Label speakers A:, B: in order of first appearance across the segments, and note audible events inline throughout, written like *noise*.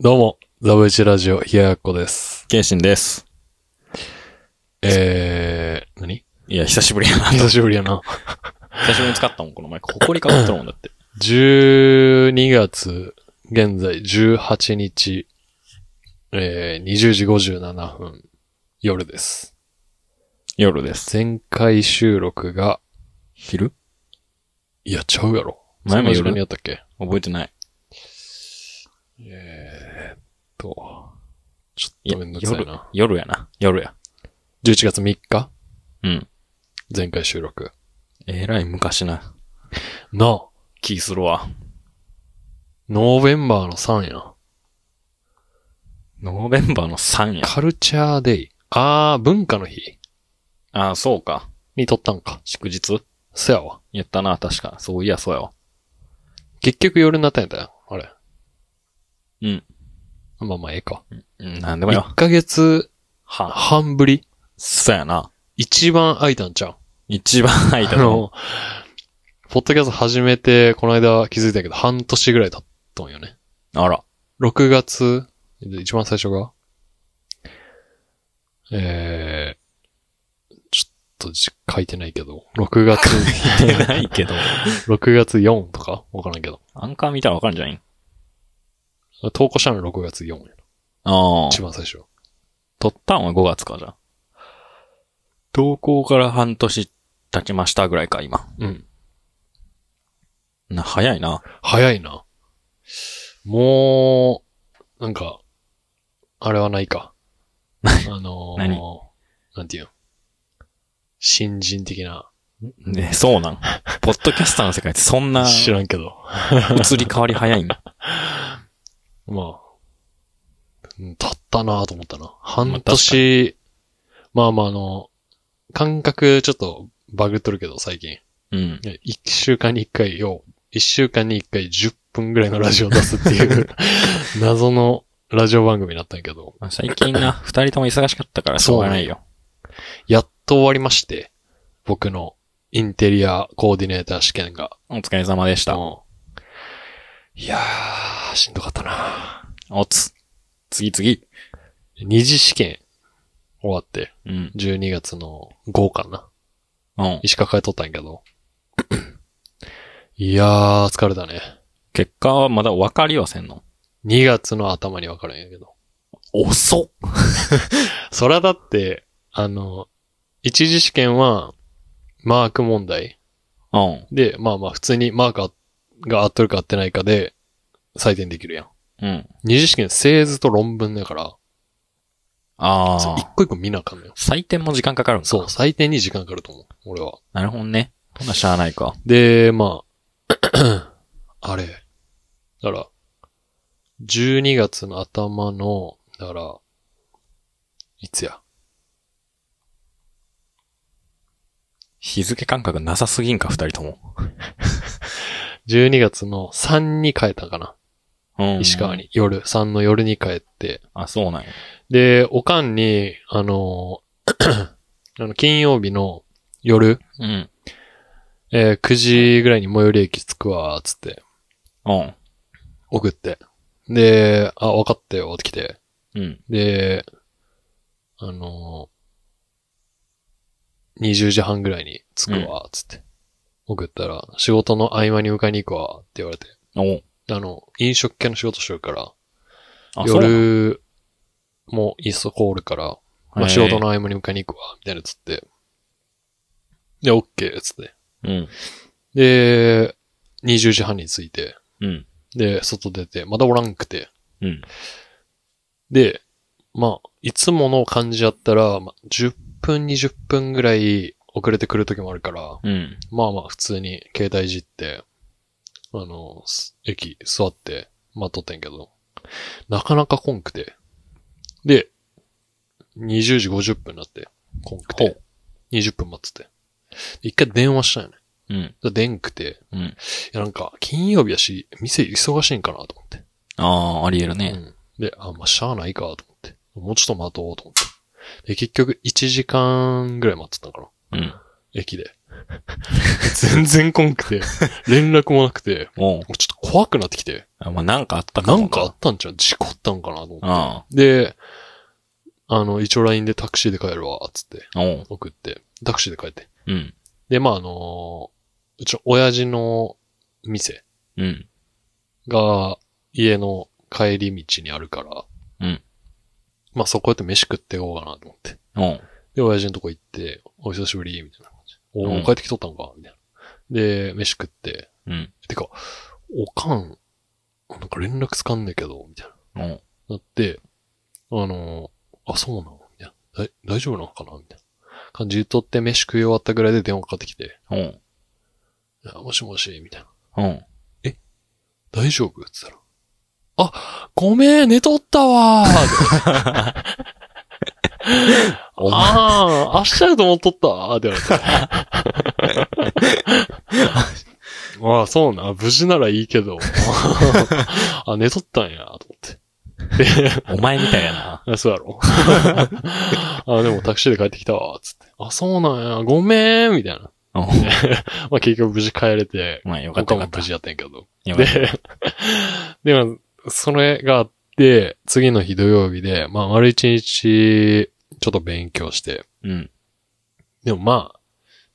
A: どうも、ザブイチラジオ、冷ややっこです。
B: ケイシンです。
A: えー、何
B: いや、久しぶりやな。
A: 久しぶりやな。
B: *laughs* 久しぶりに使ったもん、この前。ここにかかってるもんだって。
A: 12月、現在18日、えー、20時57分、夜です。
B: *laughs* 夜です。
A: 前回収録が、
B: 昼
A: いや、ちゃうやろ。
B: 前も夜
A: そんな時間にやったっけ
B: 覚えてない。
A: と、ちょっとめんどくさい
B: 夜
A: な。、
B: 夜やな。夜や。
A: 11月3日
B: うん。
A: 前回収録。
B: えらい昔な。
A: なあ、
B: 気するわ。
A: ノーベンバーの3や。
B: ノーベンバーの3や。
A: カルチャーデイ。あー、文化の日
B: ああ、そうか。
A: に撮ったんか。
B: 祝日
A: そやわ。
B: やったな、確か。そういや、そうやわ。
A: 結局夜になったんやったよ。あれ。
B: うん。
A: まあまあ、ええか。
B: うん、なんでもよ
A: 1。ヶ月
B: はあ、
A: 半ぶり
B: そうやな。
A: 一番空いたんちゃう
B: 一番空い
A: あ
B: たの。
A: の、ポッドキャスト始めて、この間気づいたけど、半年ぐらい経ったんよね。
B: あら。
A: 6月、で一番最初が、えー、ちょっとじ書いてないけど、6月、 *laughs*
B: 出 *laughs* ないけど。
A: 6月4とかわからんけど。
B: アンカー見たらわかるんじゃない
A: 投稿したの6月4やな
B: ああ。
A: 一番最初。
B: 撮ったんは5月か、じゃあ。投稿から半年経ちましたぐらいか、今。
A: うん。
B: な、早いな。
A: 早いな。もう、なんか、あれはないか。あのー
B: 何
A: なんていうん新人的な。
B: ね、そうなん。ポッドキャスターの世界ってそんな
A: 知らんけど。
B: 移り変わり
A: *laughs*
B: 早いんだ。
A: まあ、うん経ったなと思ったな。半年、まあまああの、感覚ちょっとバグっとるけど、最近。
B: うん。
A: いや一週間に一回、よう、一週間に一回10分ぐらいのラジオを出すっていう、
B: *laughs*
A: 謎のラジオ番組になったんやけど、
B: まあ最近な、二人とも忙しかったからしょうがないよ。
A: やっと終わりまして、僕のインテリアコーディネーター試験が。
B: お疲れ様でした。
A: うんいやー、しんどかったな
B: おつ。次次。
A: 二次試験終わって、
B: うん。
A: 12月の5かな。
B: うん。
A: 石川帰っとったんやけ
B: *laughs*
A: ど。いやー、疲れたね。
B: 結果はまだ分かりはせんの。
A: 2月の頭に分かるんやけど。
B: 遅っ。
A: そらだって、あの、一次試験は、マーク問題。
B: うん。
A: で、まあまあ、普通にマークあが合っとるか合ってないかで、採点できるやん。
B: うん。
A: 二次試験、製図と論文だから、
B: あ
A: そう一
B: あ。
A: 個一個見なあかんのよ。
B: 採点も時間かかるんか。
A: そう、採点に時間かかると思う。俺は。
B: なるほどね。ほな、しゃあないか。
A: で、まあ、あ *clears throat* れ。だから、12月の頭の、だから、いつや。
B: 日付感覚なさすぎんか、二人とも。
A: 12月の3に帰ったんかな。
B: うん
A: 石川。に。夜、3の夜に帰って、
B: あ、そうなんや。
A: で、おかんに、あの、 *clears throat* あの金曜日の夜、
B: うん。
A: えー9時ぐらいに最寄り駅着くわ、つって、
B: うん。
A: 送って。で、あ、分かったよ、って来て。
B: うん。
A: で、あの、20時半ぐらいに着くわ、つって。送ったら、仕事の合間に迎えに行くわ、って言われて。
B: お
A: あの、飲食系の仕事してるから、
B: あ、そうなん
A: 夜もいっそこおるから、まあ、仕事の合間に迎えに行くわ、みたいなやつって。で、オッケー、つって。
B: うん。
A: で、20時半に着いて、
B: うん。
A: で、外出て、まだおらんくて。
B: うん。
A: で、まあ、いつもの感じやったら、まあ、10分、20分ぐらい遅れてくる時もあるから、
B: うん。
A: まあまあ、普通に携帯いじって、あの、す駅座って待っとってんけど、なかなか来んくて。で、20時50分になって、来んく
B: ほ
A: て
B: う。
A: 20分待ってて。一回電話したんよね。
B: うん。
A: だ出んくて、
B: うん。
A: いやなんか、金曜日やし、店忙しいんかなと思って。
B: ああ、あり得る
A: う
B: ね。
A: ん。で、あ、まあ、しゃあないかと思って。もうちょっと待とうと思って。で、結局1時間ぐらい待ってたんかな。
B: うん。
A: 駅で。 *laughs* 全然来んくて、連絡もなくて、
B: うん。
A: もうちょっと怖くなってきて、
B: あまあ、なんかあったか
A: な
B: も
A: んかあったんじゃん事故ったんかなと思って。
B: あ
A: で、あの、一応 LINE でタクシーで帰るわ、つって
B: あ。うん。
A: 送って、タクシーで帰って。
B: うん。
A: で、まあ、あのーうちの親父の店
B: うん。
A: が家の帰り道にあるから、
B: うん。
A: まあ、そこやって飯食っていこうかなと思って。
B: うん。
A: で、親父のとこ行って、お久しぶり、みたいな感じ。お
B: う
A: ー
B: ん
A: 帰ってきとったんか、みたいな。で、飯食って、
B: うん。
A: てか、おかん、なんか連絡つかんねえけど、みたいな。
B: うん。
A: なって、あのーあ、そうなのみたいな。だ大丈夫なのかなみたいな感じで言っとって、飯食い終わったぐらいで電話かかってきて、
B: うん。
A: あもしもし、みたいな。
B: うん。
A: 大丈夫って言ったら、あ、ごめん、寝とった *laughs* わー
B: お前、
A: ああ、明日やと思っとったーって言われて。 *laughs* まあ、そうな。無事ならいいけど。 *laughs* あ、寝とったんや、と思って。
B: お前みたいやな。
A: あそうやろ。 *laughs* あ、でもタクシーで帰ってきたわ、つって。あ、そうなんや、ごめん、みたいな。 *laughs*
B: うん。
A: まあ、結局無事帰れて、
B: まあ、よかっ
A: 僕
B: た
A: は
B: よ
A: も
B: かった
A: 無。事やったんやけど。
B: よかっ
A: で、でも、それがあって、次の日土曜日で、まあ、丸一日、ちょっと勉強して、
B: たうん。
A: でもまあ、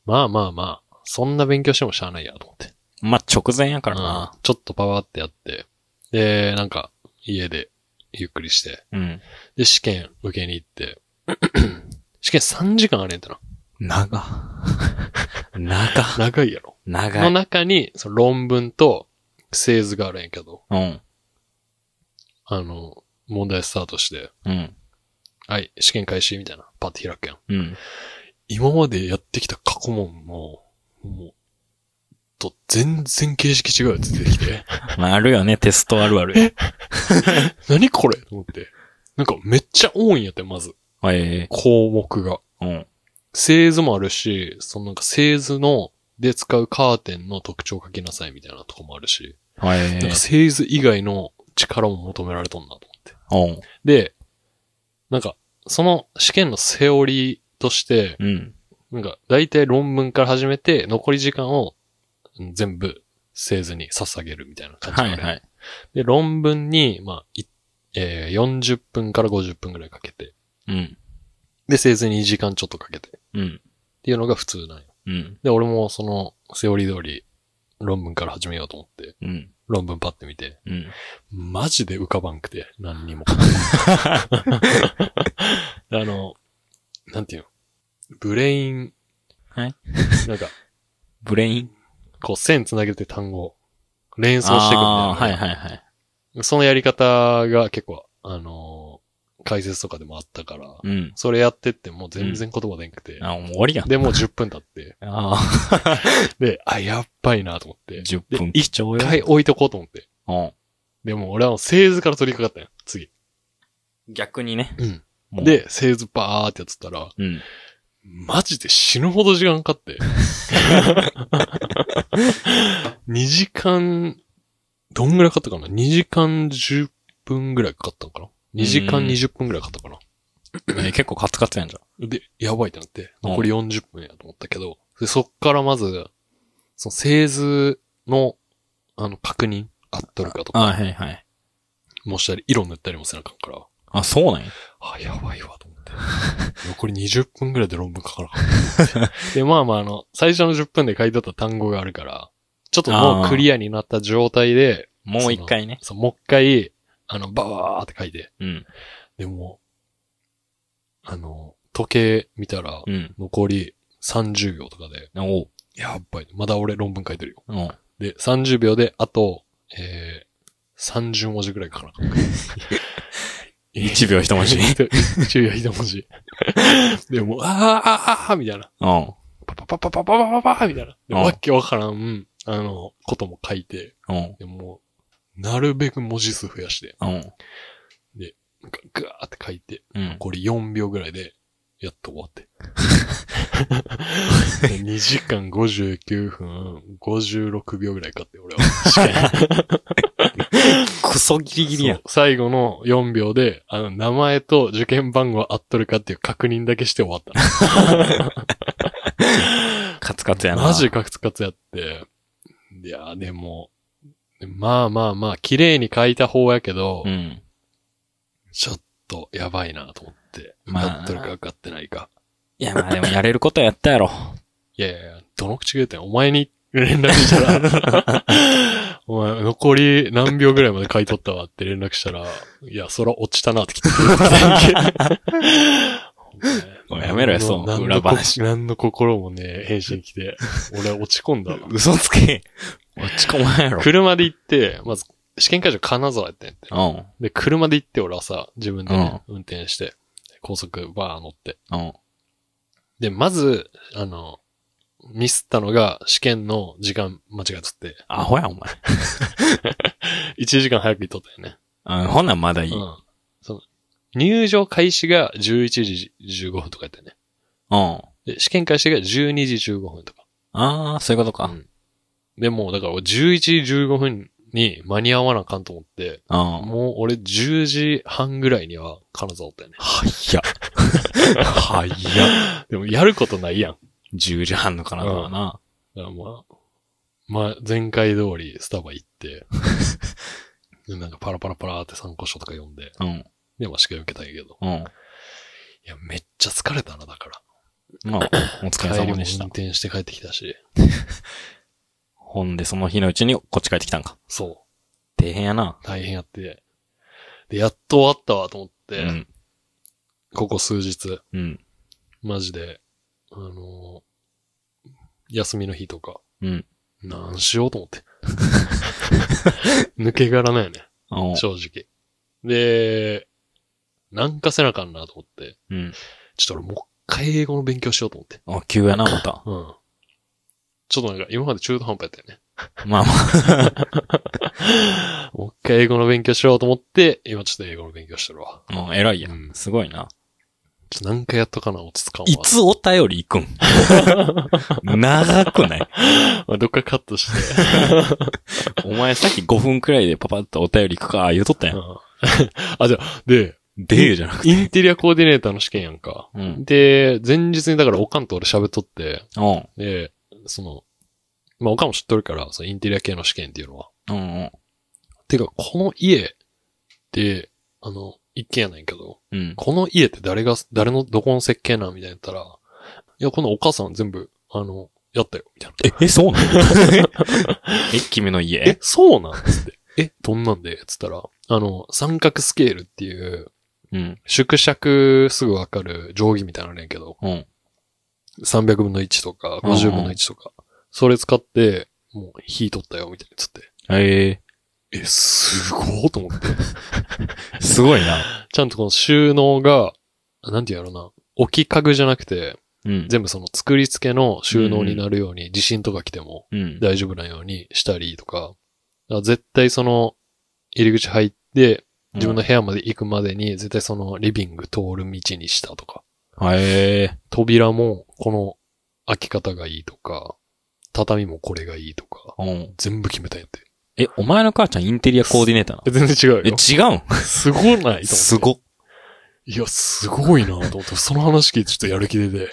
A: まあまあまあ、そんな勉強してもしゃあないやと思って。
B: まあ、直前やから
A: うん
B: な。
A: ちょっとパワーってやって、で、なんか、家でゆっくりして、
B: うん。
A: で、試験受けに行って、 *clears throat* 試験3時間あれんてな。
B: *laughs* 長。長。
A: 長いやろ。
B: 長
A: の
B: い。
A: 中に、その論文と、製図があるんやけど、
B: うん。
A: あの、問題スタートして、
B: うん。
A: はい、試験開始みたいな、パッて開くやん。
B: うん。
A: 今までやってきた過去問も、もう、と全然形式違うやつ出てきて。 *laughs*
B: まあ、あるよね。テストあるあるや。
A: 何これと思って。なんかめっちゃ多いんやって、まず。
B: え
A: 項目が。
B: え。うん。
A: 製図もあるし、そのなんか製図の、で使うカーテンの特徴を書きなさいみたいなとこもあるし、 *laughs*
B: え
A: なんか製図以外の力も求められとんなと思って。
B: え。
A: で、なんか、その試験のセオリーとして、
B: うん。うん。
A: なんか、大体論文から始めて、残り時間をうん全部製図に捧げるみたいな感じ
B: は
A: の
B: い
A: ね
B: はい。
A: で、論文に、まあ、いえー40分から50分くらいかけて、
B: うん。
A: で、製図に2時間ちょっとかけて。っ
B: うん。
A: ていうのが普通なんよ。
B: うん。
A: で、俺もその、セオリー通り、論文から始めようと思って、
B: うん。
A: 論文パッて見て、
B: うん。
A: マジで浮かばんくて、何
B: *laughs*
A: にも。であの、なんていうのブレイン、
B: はい
A: なんか、
B: ブレイン
A: こう線つなげて単語、連想していくみたいな
B: ああー、。はいはいはい。
A: そのやり方が結構、あのー解説とかでもあったから、
B: うん。
A: それやってってもう全然言葉でんくて、
B: あ、もう終わりやん。
A: で、もう10分経って、
B: あ
A: で、あ、やっばいなと思っ
B: あ、
A: て。
B: 10
A: で
B: 分貴
A: 一
B: 重よ。
A: 回置いとこうと思って。
B: う
A: でも俺はもう製図から取り掛かったんよ、次。
B: ん。逆にね。
A: うん。
B: もう、
A: で、製図バーってやってたら、
B: うん。
A: マジで死ぬほど時間かかって。2時間、どんぐらいかかったかな ?2 時間10分ぐらいかかったのかな ?2 時間20分ぐらいかかったか
B: え結構カツカツやんじ
A: なで、やばいってなって、残り40分やと思ったけど、でそっからまず、その製図の、あの、確認、合っとるかと
B: ゃん。
A: か、
B: あはいはい。
A: もうしたり、色塗ったりもせなあかんから、
B: あ、そうなんや。
A: あ、やばいわ、と思
B: *laughs*
A: って。残り20分ぐらいで論文書かなか
B: *laughs*
A: った。で、まあまあ、あの、最初の10分で書いてあった単語があるから、ちょっとも
B: あ
A: う
B: ー
A: クリアになった状態で、
B: もう一回ね。
A: そうもう一回、あの、バワーって書いて、
B: うん。
A: でもう、あの、時計見たら
B: う、ん。
A: 残り30秒とかで、
B: おう。
A: やっばい、まだ俺論文書いてるよ。
B: うん。
A: で、30秒で、あと、えー、30文字ぐらい書かな *laughs* あかった。
B: 1秒一文
A: *laughs*
B: 字。
A: 一秒一文字。でも、あーあーあーみたいな。
B: うん。
A: パパパパパパパパパみたいな。で
B: うん
A: わけわからん、あの、ことも書いて、
B: うん。
A: でもう、なるべく文字数増やして、
B: うん。
A: なんかガーって書いて、
B: うん。
A: これ4秒ぐらいで、やっと終わ
B: *laughs*
A: って。2時間59分56秒ぐらいかって、俺は。
B: クソギリギリや
A: そう最後の4秒で、あの、名前と受験番号合っとるかっていう確認だけして終わった。
B: ん。カカツカツやな。
A: マジカツカツやって。いや、でも、まあまあまあ、綺麗に書いた方やけど、
B: うん。
A: ちょっとやばいなと思って。
B: まあ
A: まあ。ってるかかってないか。
B: いや、まあでもやれることやったやろ。
A: いやいやいや、どの口が言ってんお前に連絡した
B: *laughs*
A: ら、お前残り何秒ぐらいまで買い取ったわって連絡したら、いや、そら落ちたなって来て
B: *laughs* お前やめろよその裏話
A: 何の何の心もね、返信来て、俺落ち込んだわ。
B: *laughs* 嘘つけ。落ち込まんやろ。
A: 車で行って、まず、試験会場金沢やってんって。
B: うん。
A: で、車で行って、俺はさ、自分でね、運転して、高速バー乗って。
B: うん。
A: で、まず、あの、ミスったのが、試験の時間間違っとって、 *laughs*
B: アホや、お前。
A: 1時間早く行っとったよね。
B: うん、ほんなんまだいい。
A: う
B: うん。
A: ん。その、入場開始が11時15分とかやったよね。
B: あ
A: で、試験開始が12時15分とか。
B: あー、そういうことか。
A: で、もうだから俺11時15分に間に合わなあかんと思って、
B: うん。
A: もう俺10時半ぐらいには金沢おったよね。 *laughs*
B: はや。はや。
A: でもやることないやん。
B: 10時半のかな、だからな。
A: だからまあ、まあ、前回通りスタバ行っ
B: *laughs*
A: て、でなんかパラパラパラって参考書とか読んで、
B: うん。
A: で、まあ試験受けたんやけど。
B: うん。
A: いや、めっちゃ疲れたな、だから。
B: まあ、
A: *coughs*
B: お疲
A: 帰
B: れ
A: り
B: 様
A: も運
B: でした。
A: 転して帰ってきたし。
B: ほんで、その日のうちにこっち帰ってきたんか。
A: そう。
B: 大変やな。
A: 大変やって。で、やっと終わったわと思っ
B: う
A: て、
B: ん。
A: ここ数日、
B: うん。
A: マジで、あのー休みの日とか、
B: うん。
A: なんしようと思って。 *laughs* 抜け殻なんよね、
B: うん
A: 正直。で、なんかせなあかんなと思って、
B: うん。
A: ちょっと俺もう一回英語の勉強しようと思って。
B: あ、急
A: *coughs*
B: やな、また。
A: うん。ちょっとなんか今まで中途半端やったよね。
B: まあまあ。
A: *laughs* もう一回英語の勉強しようと思って、今ちょっと英語の勉強してるわ。
B: うん、偉いや
A: うん
B: ん。すごいな。
A: ちょっと何回やったかな、落ち着かんわ。
B: いつお便り
A: *laughs*
B: 行くん長くない
A: まあ、どっかカットして。
B: お前さっき5分くらいでパパッとお便り行くか、言うとったや。
A: うんんあ、じゃあで、
B: でーじゃなくて。
A: インテリアコーディネーターの試験やんか。
B: うん。
A: で、前日にだから、おかんと俺喋っとって、
B: うん。
A: で、その、まあ、おかんも知っとるから、そのインテリア系の試験っていうのは。
B: うん。
A: てか、この家って、あの、一軒やないけど、
B: うん。
A: この家って誰が、誰の、どこの設計なんみたいな言ったら、いや、このお母さん全部、あの、やったよ、みたいな。
B: え、え、そうなの *laughs* え、君の家
A: え、そうなんつって。 *laughs* え、どんなんでつったら、あの、三角スケールっていう、
B: うん。
A: 縮尺すぐわかる定規みたいなのあるんやけど、
B: うん。
A: 300分の1とか、
B: うんうん
A: 50分の1とか、それ使って、もう引いとったよ、みたいなつって。
B: え
A: え、すごーと思って。 *laughs*
B: ー、すごいな。
A: ちゃんとこの収納が、なんて言うやろな、置き家具じゃなくて、
B: うん。
A: 全部その作り付けの収納になるように、地震とか来ても
B: うん。
A: 大丈夫なようにしたりとか、だから絶対その入り口入って、自分の部屋まで行くまでに、絶対そのリビング通る道にしたとか、
B: うん。え
A: 扉もこの開き方がいいとか、畳もこれがいいとか、
B: ー。うん。
A: 全部決めたんやって。
B: え、お前の母ちゃんインテリアコーディネーターなの
A: え全然違う
B: え、
A: よ。
B: 違うん
A: すごないと思って。
B: すごっ。
A: いや、すごいなと思って、その話聞いてちょっとやる気出 *laughs* て。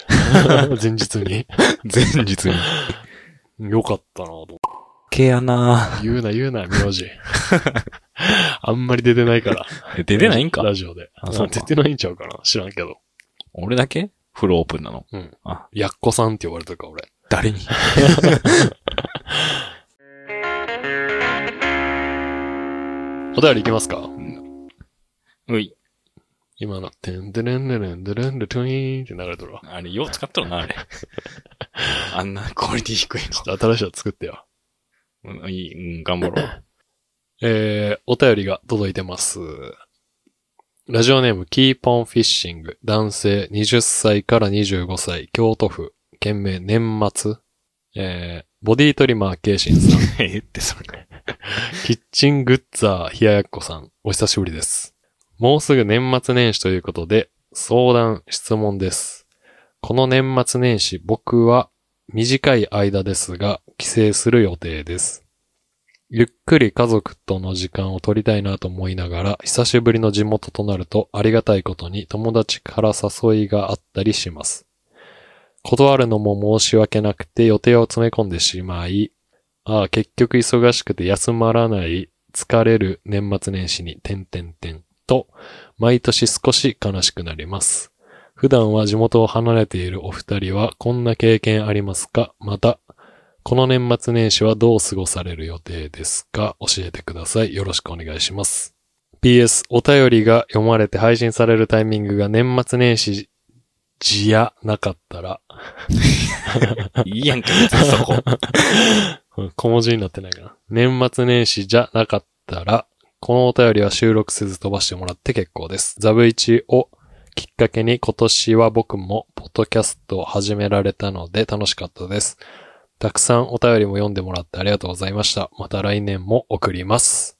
A: 前日に。
B: 前日に。
A: よかったなと思って。
B: けやな
A: 言うな言うな、名 *laughs* 字。あんまり出てないから。
B: え出てないんか
A: ラジオで。
B: あそうか
A: 出てないんちゃうかな知らんけど。
B: 俺だけフルオープンなの。
A: うん。
B: あ、
A: やっこさんって呼ばれたから、俺。
B: 誰に
A: お便りいきますか
B: うい。
A: 今の、てんてれんれれんてれんれといーんって流れとるわ。
B: あれ、よう使っとるな、あ *laughs* れ。あんなクオリティ低い
A: ちょっと新しいの作ってよ。
B: の。うんいい、うん、頑張ろう。
A: えー、お便りが届いてます。ラジオネーム、キーポンフィッシング。男性、20歳から25歳、京都府。県名、年末。えー、ボディトリマー、ケイシンさん。
B: *laughs* えってそれ。
A: キッチングッザー、冷ややっこさん、お久しぶりです。もうすぐ年末年始ということで、相談、質問です。この年末年始、僕は短い間ですが、帰省する予定です。ゆっくり家族との時間を取りたいなと思いながら、久しぶりの地元となると、ありがたいことに友達から誘いがあったりします。断るのも申し訳なくて予定を詰め込んでしまい、ああ、結局忙しくて休まらない、疲れる年末年始に、点々点と、毎年少し悲しくなります。普段は地元を離れているお二人はこんな経験ありますかまた、この年末年始はどう過ごされる予定ですか教えてください。よろしくお願いします。PS、お便りが読まれて配信されるタイミングが年末年始時やなかったら、
B: いいやんけ、別にそこ。
A: うん小文字になってないかな。年末年始じゃなかったら、このお便りは収録せず飛ばしてもらって結構です。ザブイチをきっかけに今年は僕もポッドキャストを始められたので楽しかったです。たくさんお便りも読んでもらってありがとうございました。また来年も送ります。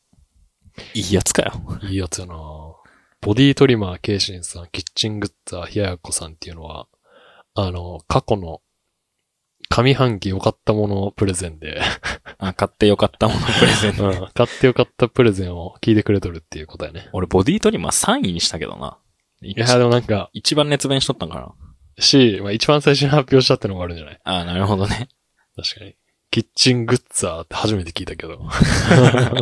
B: いいやつかよ。
A: いいやつやなボディトリマー、ケイシンさん、キッチングッズー、ひややこさんっていうのは、あの、過去の上半期良かったものプレゼンで、
B: あ、買ってよかったものプレゼント。
A: うん買ってよかったプレゼンを聞いてくれとるっていうことやね。
B: 俺、ボディトリマー3位にしたけどな。
A: いや、でもなんか、
B: 一番熱弁しとったんかな。
A: し、まあ、一番最初に発表したってのもあるんじゃない
B: あなるほどね。
A: 確かに。キッチングッザーって初めて聞いたけど。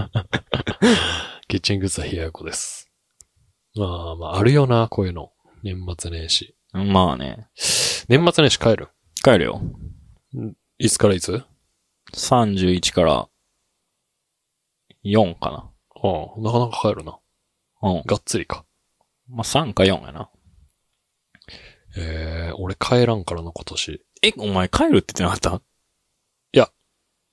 A: *laughs* キッチングッザーひややこです。まあまあ、あるよな、こういうの。年末年始。
B: まあね。
A: 年末年始帰る
B: 帰るよ。
A: いつからいつあ
B: 31から4か
A: あ、なかなか帰るな。
B: な。うん。
A: がっつりか。
B: まあ3か4やな。
A: ええ俺帰らんからな、今年。
B: え、お前帰るって言ってなかった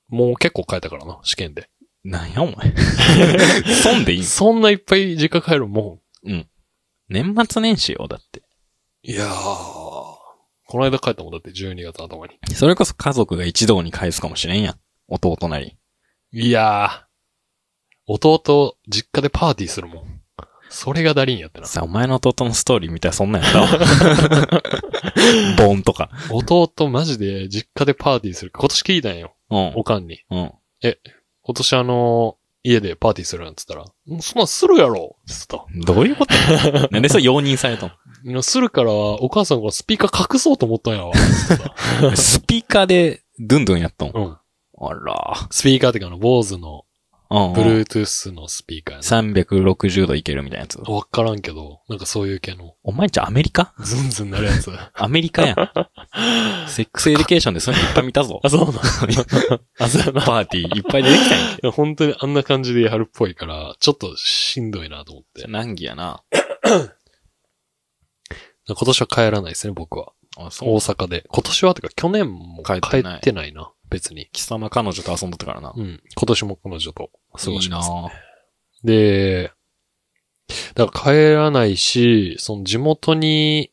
A: もう結構帰ったからな、試験で。
B: なんやお前。 *laughs* 損でいいん
A: そんないっぱい実家帰るもん。
B: 年末年始よ、だって。
A: いやー、この間帰ったもんだって12月頭に。
B: それこそ家族が一堂に返すかもしれんやん。弟なり。
A: いやー、弟、実家でパーティーするもん。それがダリンやってな。
B: さ、お前の弟のストーリー見たらそんなんやったわ。 *laughs* ボンとか。
A: 弟マジで実家でパーティーする。今年聞いたんよ、
B: うん。
A: おかんに。
B: うん。
A: 今年あのー家でパーティーするなんつったら、んそんなんするやろつってた。
B: どういうことなんでそれ容認された
A: いやするから、お母さんがスピーカー隠そうと思ったん *laughs* やわ。
B: のスピーカーで、ドゥンドゥンやったん。
A: うん。
B: あら。
A: スピーカーっていうか、あの、坊主の、
B: うん、うん。
A: Bluetooth のスピーカーやな
B: 360度いけるみたいなやつ。
A: わからんけど、なんかそういう系の、
B: お前んちアメリカ
A: ズンズンなるやつ。あ、
B: アメリカ *laughs* やん。セックスエデュケーションでそういうのいっぱい見たぞ。
A: そう
B: *laughs*
A: なのあ、そうやな。
B: パーティーいっぱい出てきたんやん
A: いや本当にあんな感じでやるっぽいから、ちょっとしんどいなと思って。
B: け。難儀やな。
A: 今年は帰らないですね、僕は。
B: あ、そ
A: 大
B: う。
A: 阪で。今年はてか、去年も帰
B: 帰
A: っ
B: ってて
A: な
B: ないい
A: な、別に。
B: 貴様彼女と遊んどったからな。
A: うん。今年も彼女と過ごします。
B: いいな
A: で、だから帰らないし、その地元に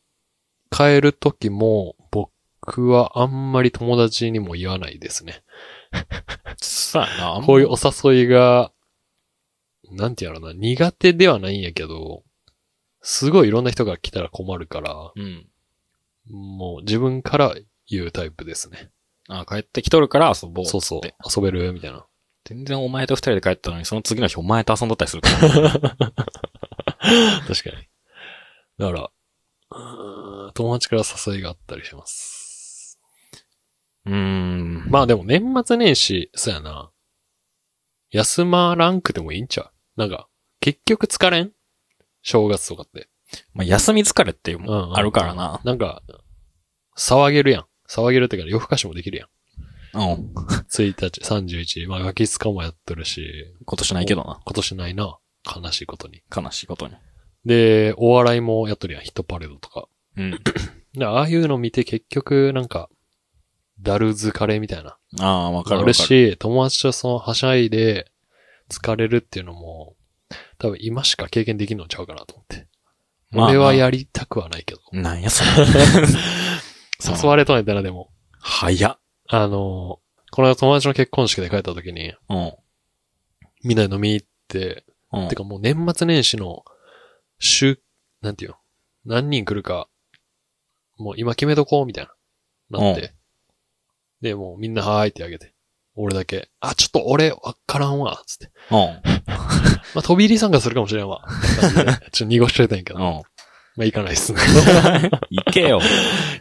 A: 帰るときも、僕はあんまり友達にも言わないですね。
B: さあ *laughs* な、あんま
A: こういうお誘いが、なんていうのかな、苦手ではないんやけど、すごいいろんな人が来たら困るから、
B: うん。
A: もう自分から言うタイプですね。
B: あ、帰ってきとるから遊ぼう。
A: そうそう
B: って。
A: 遊べるみたいな。
B: 全然お前と二人で帰ったのに、その次の日お前と遊んどったりするから。
A: 確かに。だから、うーん友達から誘いがあったりします。
B: うーん。
A: まあでも年末年始、そうやな。休まらんくてもいいんちゃうなんか、結局疲れん正月とかって。
B: まあ、休み疲れっていう
A: うんうんう
B: も
A: ん
B: あるからな。
A: なんか、騒げるやん。騒げるっていうか夜更かしもできるやん。
B: うん。
A: 1日、31、まあガキ使もやっとるし、
B: 今年ないけどな。
A: 今年ないな。悲しいことに。
B: 悲しいことに。
A: で、お笑いもやっとるやん。ヒットパレードとか。
B: うん。
A: でああいうの見て結局、なんか、だる疲れみたいな。
B: ああ、わかる
A: あ
B: わか
A: る
B: る。
A: し、友達とそのはしゃいで疲れるっていうのも、多分今しか経験できんのちゃうかなと思って。
B: まあ
A: 俺はやりたくはないけど。
B: なんやそれ。
A: 誘われとんやったらでも、
B: *laughs* 早っ。
A: あの、この間友達の結婚式で帰った時に、
B: うん。
A: みんなで飲み行って、
B: うん
A: て。かもう年末年始の、週、なんていうの何人来るか、もう今決めとこう、みたいな。なって。で、もうみんなはーいってあげて。俺だけ、あ、ちょっと俺、わからんわ、つって。
B: うん。
A: まあ、飛び入り参加するかもしれん
B: *laughs*
A: わ。って感じでちょっと濁しといたんやけど。
B: うん。
A: *laughs* まあ、行かないっすね。
B: 行けよ。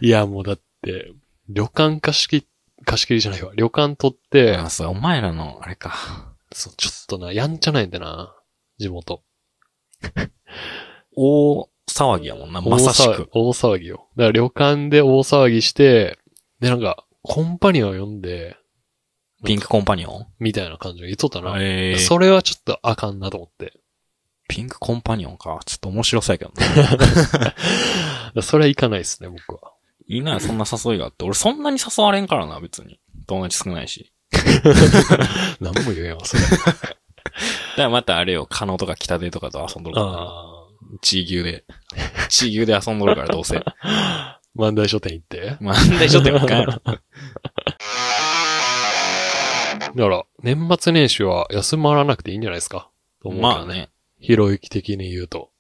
A: いや、もうだって、旅館貸し切り、貸し切りじゃないわ。旅館取って、
B: あ、そう、お前らの、あれか。
A: そう、ちょっとな、やんちゃないんだな。地元。
B: 大騒ぎやもんな、まさしく。
A: 大騒ぎ大騒ぎよ。だから旅館で大騒ぎして、で、なんか、コンパニオンを呼んで、
B: ピンクコンパニオン
A: みたいな感じで言っとったな。
B: えー
A: それはちょっとあかんなと思って。 *laughs*
B: ピンクコンパニオンか。ちょっと面白そうやけどね。
A: だからそれはいかないですね、僕は。
B: *laughs* いいな、そんな誘いがあって。俺そんなに誘われんからな、別に。友達少ないし。
A: 何も言え
B: *laughs*
A: ません。
B: だからまたあれよ、カノとか北出とかと遊んどるから。
A: ああ。
B: 地牛で。地牛で遊んどるから、どうせ。
A: 万代書店行って。
B: まあ、なんでちょっと一 *laughs* 回。
A: だから、年末年始は休まらなくていいんじゃないですかと思うけど
B: まあ。ね。
A: ひろゆき的に言うと。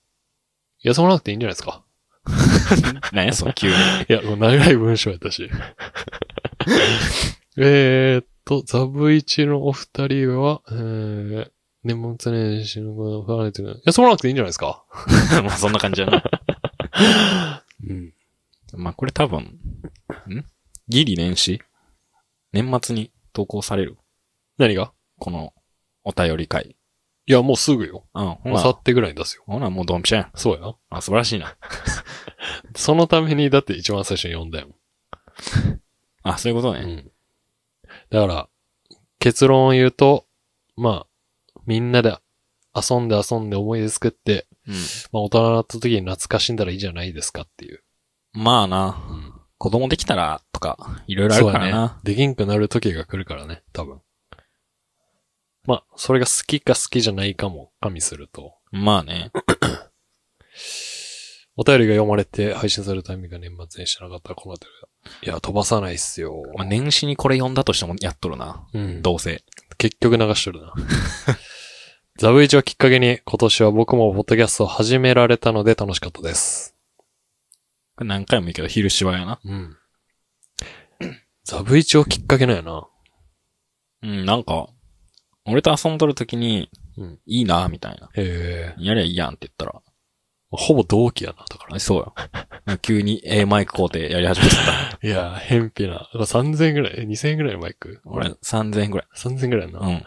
A: 休まなくていいんじゃないですか
B: なんや、その急に。 *laughs*
A: いや、もう長い文章やったし。 *laughs* えーっと、ザブイチのお二人は、えー、年末年始のことを考えてる。休まなくていいんじゃないですか
B: まあ、そんな感じやな。
A: うん。
B: まあ、これ多分、んギリ年始年末に投稿される
A: 何が
B: この、お便り会。
A: いや、もうすぐよ。
B: うん、ほ
A: あ
B: な
A: さ、ってぐらいに出すよ。
B: ほな、もうドンピシャやん。
A: そうやな。
B: あ、素晴らしいな。
A: そのために、だって一番最初に読んだよ。
B: あ、そういうことね。
A: うん。だから、結論を言うと、まあ、みんなで遊んで遊んで思い出作って、
B: うん。
A: まあ大人になった時に懐かしんだらいいじゃないですかっていう。
B: まあな、
A: うん。
B: 子供できたら、とか、いろいろあるから
A: そうやね
B: な。。
A: できんくなる時が来るからね、多分。まあ、それが好きか好きじゃないかも加味すると。
B: まあね。
A: お便りが読まれて配信されるタイミングが年末にしてなかったらこの辺りが。いや、飛ばさないっすよ。
B: まあ、年始にこれ読んだとしてもやっとるな。
A: うん。
B: どうせ。
A: 結局流しとるな。 *laughs* ザブイチをきっかけに今年は僕もポッドキャストを始められたので楽しかったです。
B: これ何回も言うけど、昼芝やな。
A: うん。ザブイチをきっかけなんやな。
B: うん、なんか、俺と遊んどるときに、
A: うん
B: いいな、みたいな。
A: へえ。
B: やりゃいいやんって言ったら、
A: ほぼ同期やな、だから。
B: あそうよ。なんか *laughs* 急に、えーマイク買うてやり始めちゃった。
A: いやー、偏僻な。3000円ぐらいえ ?2000 円ぐらいのマイク
B: 俺、3000円ぐらい。
A: 3000円ぐらいやな。
B: うん。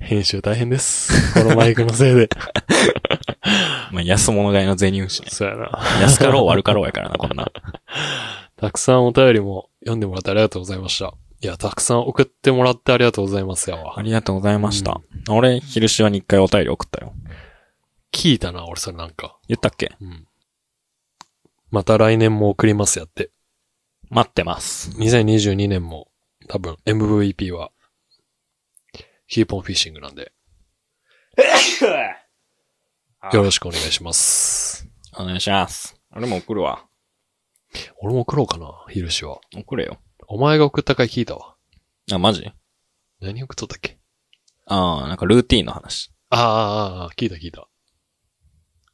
A: 編集大変です。このマイクのせいで。
B: まあ、安物買いの税入 *laughs* し
A: *laughs*
B: ね。
A: そうやな。
B: 安かろう悪かろうやからな、こんな。
A: たくさんお便りも読んでもらってありがとうございました。いや、たくさん送ってもらってありがとうございますやわ。
B: ありがとうございました。俺、昼はに一回お便り送ったよ。
A: 聞いたな、俺それなんか。
B: 言ったっけ
A: うん。また来年も送りますやって。
B: 待ってます。
A: 2022年も多分 MVP は、ヒーポンフィッシングなんで、よろしくお願いします。
B: お願いします。俺も送るわ。
A: 俺も送ろうかな、ヒルシは。
B: 送れよ。
A: お前が送った回聞いたわ。
B: あ、マジ
A: 何送っとったっけ
B: ああ、なんかルーティンの話。
A: ああああああ、聞いた聞いた。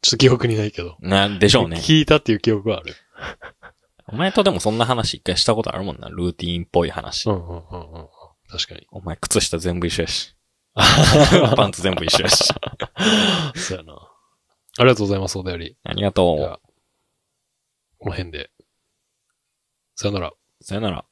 A: ちょっと記憶にないけど。
B: な、でしょうね。
A: 聞いたっていう記憶はある。
B: お前とでもそんな話一回したことあるもんな。ルーティンっぽい話。
A: うんうんうんうん。確かに。
B: お前、靴下全部一緒や *laughs* し。パンツ全部一緒やし。
A: そうやな。ありがとうございます、お便り。
B: あり
A: じ
B: が
A: ゃ
B: と
A: あこの辺で。さよなら。
B: う。さよなら。